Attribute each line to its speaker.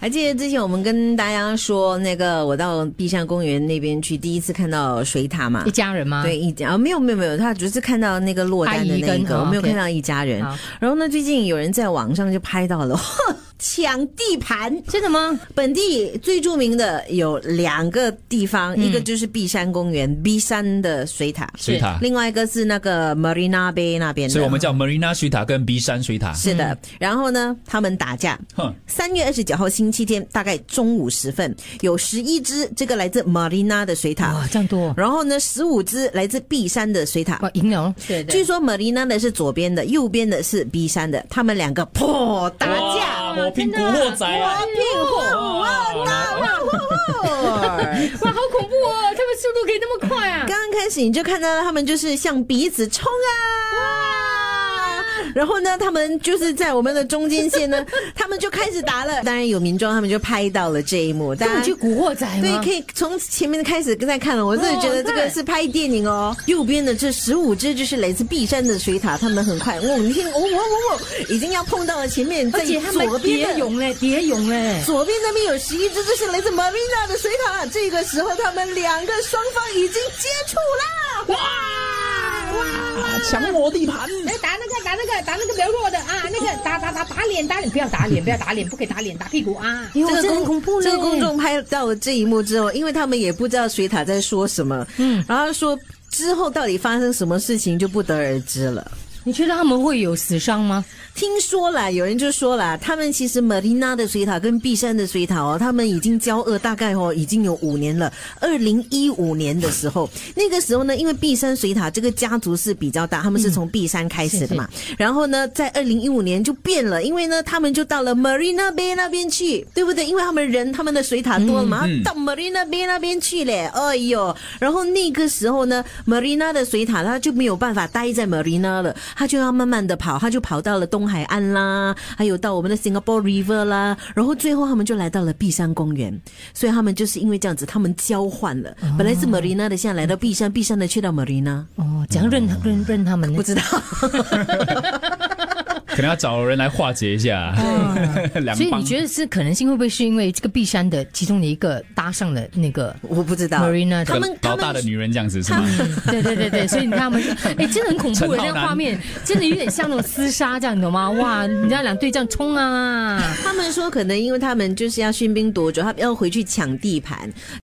Speaker 1: 还记得之前我们跟大家说，那个我到碧山公园那边去，第一次看到水獭嘛
Speaker 2: 一，家人吗？
Speaker 1: 对，一家啊没有没有没有，他只是看到那个落单的那
Speaker 2: 阿姨
Speaker 1: 一
Speaker 2: 跟
Speaker 1: 个，我没有
Speaker 2: OK
Speaker 1: 看到一家人
Speaker 2: 好。
Speaker 1: 然后呢，最近有人在网上就拍到了 抢地盘，
Speaker 2: 真的吗？
Speaker 1: 本地最著名的有两个地方，一个就是碧山公园 B 山的水塔，
Speaker 3: 水塔，
Speaker 1: 另外一个是那个 Marina Bay 那边的。
Speaker 3: 啊所以我们叫 Marina 水塔跟 B 山水塔。
Speaker 1: 是的，然后呢，他们打架。
Speaker 3: 哼，
Speaker 1: 三月二十九号星期天，大概中午时分，有十一只这个来自 Marina 的水獭，
Speaker 2: 哇，这样多，
Speaker 1: 然后呢，十五只来自 B 山的水獭。
Speaker 2: 哇，赢了哦。
Speaker 4: 对
Speaker 1: 据说 Marina 的是左边的，右边的是 B 山的，他们两个破打架。
Speaker 3: 哇我拼古惑仔啊！哇
Speaker 1: 哦
Speaker 2: 哇，好恐怖哦！他们速度可以那么快 啊！
Speaker 1: 刚开始你就看到他们就是向彼此冲啊，然后呢，他们就是在我们的中间线呢，他们就开始打了。当然有民众他们就拍到了这一幕，大
Speaker 2: 根
Speaker 1: 家
Speaker 2: 本就古惑仔
Speaker 1: 对，
Speaker 2: 吗？
Speaker 1: 可以从前面开始跟在看了。我真的觉
Speaker 2: 哦
Speaker 1: 得这个是拍电影哦。右边的这十五只就是来自碧山的水獭，他们很快，哦，你听，哦，哦，哦，哦，已经要碰到了前面，在
Speaker 2: 而且他
Speaker 1: 左
Speaker 2: 们
Speaker 1: 边
Speaker 2: 蝶
Speaker 1: 的。
Speaker 2: 泳嘞，蝶泳嘞，
Speaker 1: 左边那边有十一只，这是来自 Marina 的水獭。这个时候，他们两个双方已经接触啦！哇哇！
Speaker 3: 抢我地盘！
Speaker 4: 来哎打那个，打那个，打那个比较弱的啊！那个打打打打脸，打脸，不要打脸，不要打脸，不可以打脸，打屁股啊！
Speaker 2: 因为
Speaker 1: 这
Speaker 2: 这
Speaker 1: 个
Speaker 2: 很
Speaker 1: 公
Speaker 2: 恐怖嘞。
Speaker 1: 这个公众拍到了这一幕之后，因为他们也不知道水獭在说什么，嗯，然后说之后到底发生什么事情就不得而知了。
Speaker 2: 你觉得他们会有死伤吗？
Speaker 1: 听说啦，有人就说啦，他们其实 Marina 的水塔跟碧山的水塔哦，他们已经交恶，大概哦已经有五年了。二零一五年的时候，那个时候呢，因为碧山水塔这个家族是比较大，他们是从碧山开始的嘛。然后呢，在二零一五年就变了，因为呢，他们就到了 Marina Bay 那边去，对不对？因为他们人他们的水塔多了嘛，
Speaker 3: 嗯
Speaker 1: 到 Marina Bay 那边去嘞。哎呦，然后那个时候呢，Marina 的水塔他就没有办法待在 Marina 了，他就要慢慢的跑，他就跑到了东海岸啦，还有到我们的 Singapore River 啦，然后最后他们就来到了碧山公园，所以他们就是因为这样子，他们交换了，
Speaker 3: 哦
Speaker 1: 本来是 Marina 的，现在来到碧山，碧山的去到 Marina，
Speaker 3: 嗯
Speaker 2: 哦，怎样认认认他们呢
Speaker 1: 嗯不？知道。
Speaker 3: 可能要找人来化解一下。
Speaker 1: 嗯
Speaker 3: 两
Speaker 2: 所以
Speaker 3: 帮
Speaker 2: 你觉得是可能性会不会是因为这个碧山的其中的一个搭上了 那个？
Speaker 1: 我不知道
Speaker 2: Marina 的
Speaker 1: 他们他
Speaker 3: 老大的
Speaker 1: 们
Speaker 3: 女人这样子是吗？
Speaker 2: 对对对对，所以你看他们是，哎，真的很恐怖
Speaker 3: 陈浩
Speaker 2: 的那个
Speaker 3: 南
Speaker 2: 画面，真的有点像那种厮杀这样，你懂吗？哇，人家两队这样冲啊！
Speaker 1: 他们说可能因为他们就是要喧宾夺主，他们要回去抢地盘，